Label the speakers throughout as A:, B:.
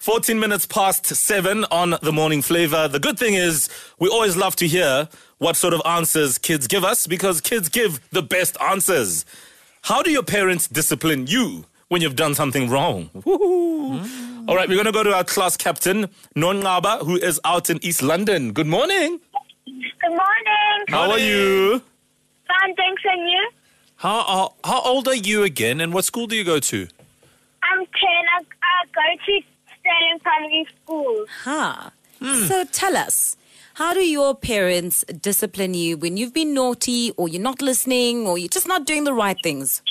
A: 14 minutes past seven on the morning flavor. The good thing is, we always love to hear what sort of answers kids give us because kids give the best answers. How do your parents discipline you when you've done something wrong? Woohoo.
B: Mm.
A: All right, we're going to go to our class captain, Non Ngaba, who is out in East London. Good morning.
C: Good morning.
A: How are you?
C: Fine, thanks, and you?
B: How, how how old are you again, and what school do you go to?
C: I'm 10. I, I go to Sterling Primary School.
D: Huh.
A: Hmm.
D: So tell us, how do your parents discipline you when you've been naughty or you're not listening or you're just not doing the right things?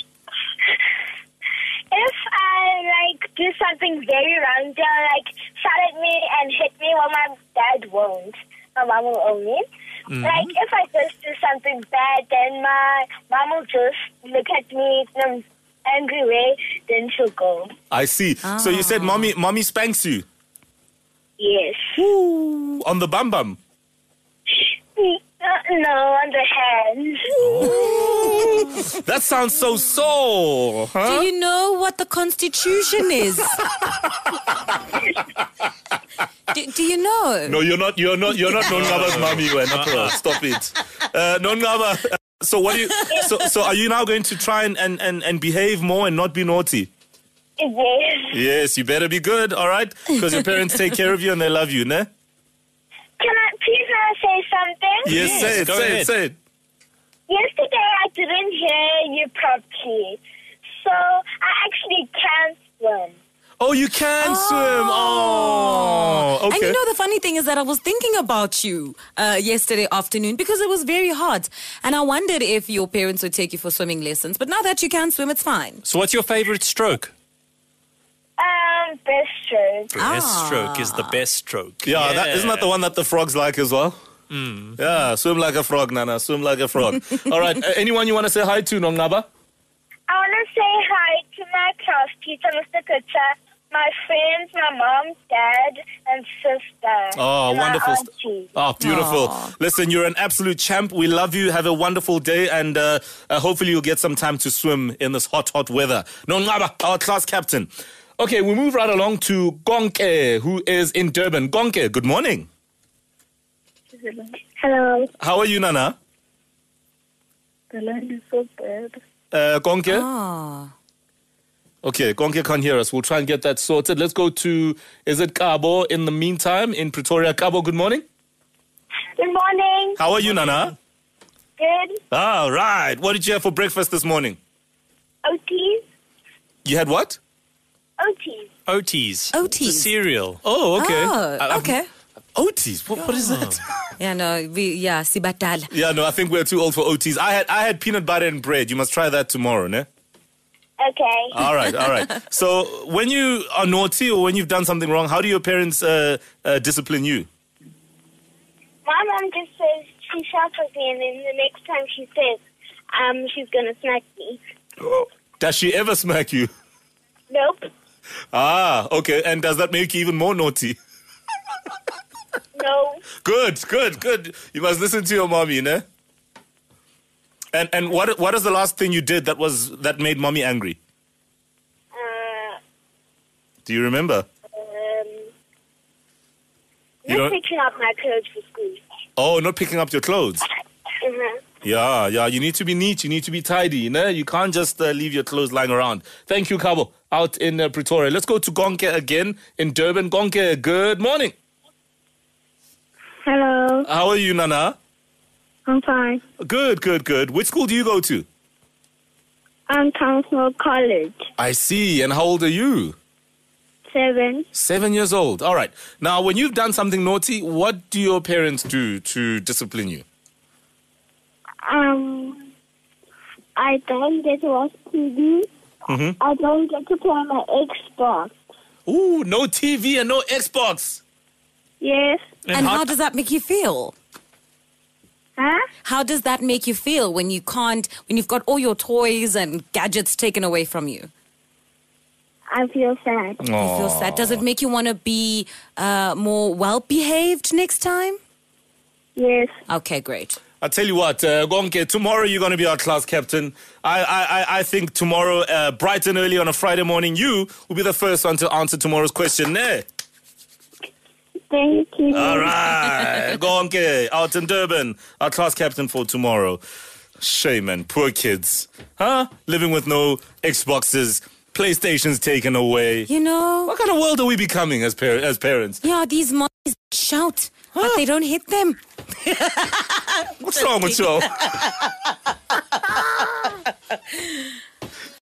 C: If I, like, do something very wrong, they'll, like, shout at me and hit me while my dad won't. My mom will own me.
A: Mm-hmm.
C: Like, if I just do something bad, then my mom will just look at me in an angry way, then she'll go.
A: I see. So you
B: Ah.
A: said mommy, mommy spanks you
C: Yes.
A: Ooh, on the bum bum.
C: Mm, uh, no, on the hands.
A: Oh. That sounds so sore. Huh?
D: Do you know what the Constitution is? do, do you know?
A: No, you're not. You're not. You're not Nongaba's mummy. We're not. Stop it, uh, Nongaba. uh, So what do you? So, so are you now going to try and, and, and, and behave more and not be naughty?
C: Yes.
A: Yes, you better be good. All right, because your parents take care of you and they love you, ne?
C: Can I please now say something?
A: Yes, say it.
B: go
A: Say it.
B: ahead.
A: Say it.
C: Yesterday I didn't hear you properly, so I actually can't swim.
A: Oh, you can swim. Oh, okay.
D: And you know, the funny thing is that I was thinking about you uh, yesterday afternoon because it was very hot. And I wondered if your parents would take you for swimming lessons. But now that you can swim, it's fine.
B: So, what's your favorite stroke?
C: Um, best stroke.
D: Ah.
B: Best stroke is the best stroke.
A: Yeah, Hmm. That, isn't that the one that the frogs like as well? Yeah, swim like a frog, Nana. Swim like a frog. All right. uh, anyone you want to say hi to, Nongaba?
C: I want to say hi to my class teacher, Mr. Kutcher, my friends, my mom, dad, and sister.
A: Oh,
C: and my
A: wonderful.
C: auntie.
A: Oh, beautiful. Listen, you're an absolute champ. We love you. Have a wonderful day, and uh, uh, hopefully, you'll get some time to swim in this hot, hot weather. Nongaba, our class captain. Okay, we move right along to Gonke, who is in Durban. Gonke, good morning.
C: Hello.
A: How are you, Nana?
C: The line is so bad.
A: Uh, Gonke?
D: Ah.
A: Okay, Gonke can't hear us. We'll try and get that sorted. Let's go to, is it Cabo in the meantime in Pretoria? Cabo, good morning.
C: Good morning.
A: How are you, Nana?
C: Good.
A: All right. What did you have for breakfast this morning?
C: OTs.
A: You had what?
C: OTs.
B: Oaties.
D: Oaties.
B: The cereal.
A: Oh, okay.
D: Oh, okay.
A: Oaties. What, what is that?
D: Yeah, no, we, yeah, Sibatal.
A: yeah, no, I think we're too old for Oaties. I had I had peanut butter and bread. You must try that tomorrow, ne?
C: Okay.
A: All right, all right. So when you are naughty or when you've done something wrong, how do your parents uh, uh, discipline you?
C: My mom just says she shouts at me, and then the next time she says, um, she's gonna smack me.
A: Does she ever smack you?
C: Nope.
A: Ah, okay. And does that make you even more naughty?
C: No.
A: Good, good, good. You must listen to your mommy, ne? And and what what is the last thing you did that was that made mommy angry?
C: Uh,
A: Do you remember?
C: um,
A: You
C: not
A: don't-
C: picking up my clothes for school.
A: Oh, not picking up your clothes.
C: Mhm.
A: Yeah, yeah. You need to be neat. You need to be tidy. You know, you can't just uh, leave your clothes lying around. Thank you, Cabo, out in uh, Pretoria. Let's go to Gonke again in Durban. Gonke, good morning.
C: Hello.
A: How are you, Nana?
C: I'm fine.
A: Good, good, good. Which school do you go to?
C: I'm Council College.
A: I see. And how old are you?
C: Seven.
A: Seven years old. All right. Now, when you've done something naughty, what do your parents do to discipline you?
C: Um, I don't get to watch TV. I don't get to play my Xbox.
A: Ooh, no TV and no Xbox.
C: Yes.
D: And, how does that make you feel?
C: Huh?
D: How does that make you feel when you can't, when you've got all your toys and gadgets taken away from you?
C: I feel sad.
D: You feel sad. Does it make you want to be uh, more well behaved next time?
C: Yes.
D: Okay, great.
A: I tell you what, uh, Gonke, tomorrow you're going to be our class captain. I, I, I- I think tomorrow, uh, bright and early on a Friday morning, you will be the first one to answer tomorrow's question. Eh?
C: Thank you.
A: All right. Gonke, out in Durban, our class captain for tomorrow. Shame, man. Poor kids. Huh? Living with no Xboxes, PlayStations taken away.
D: You know,
A: What kind of world are we becoming as, par- as parents?
D: yeah, these moms shout, but they don't hit them.
A: What's wrong with y'all?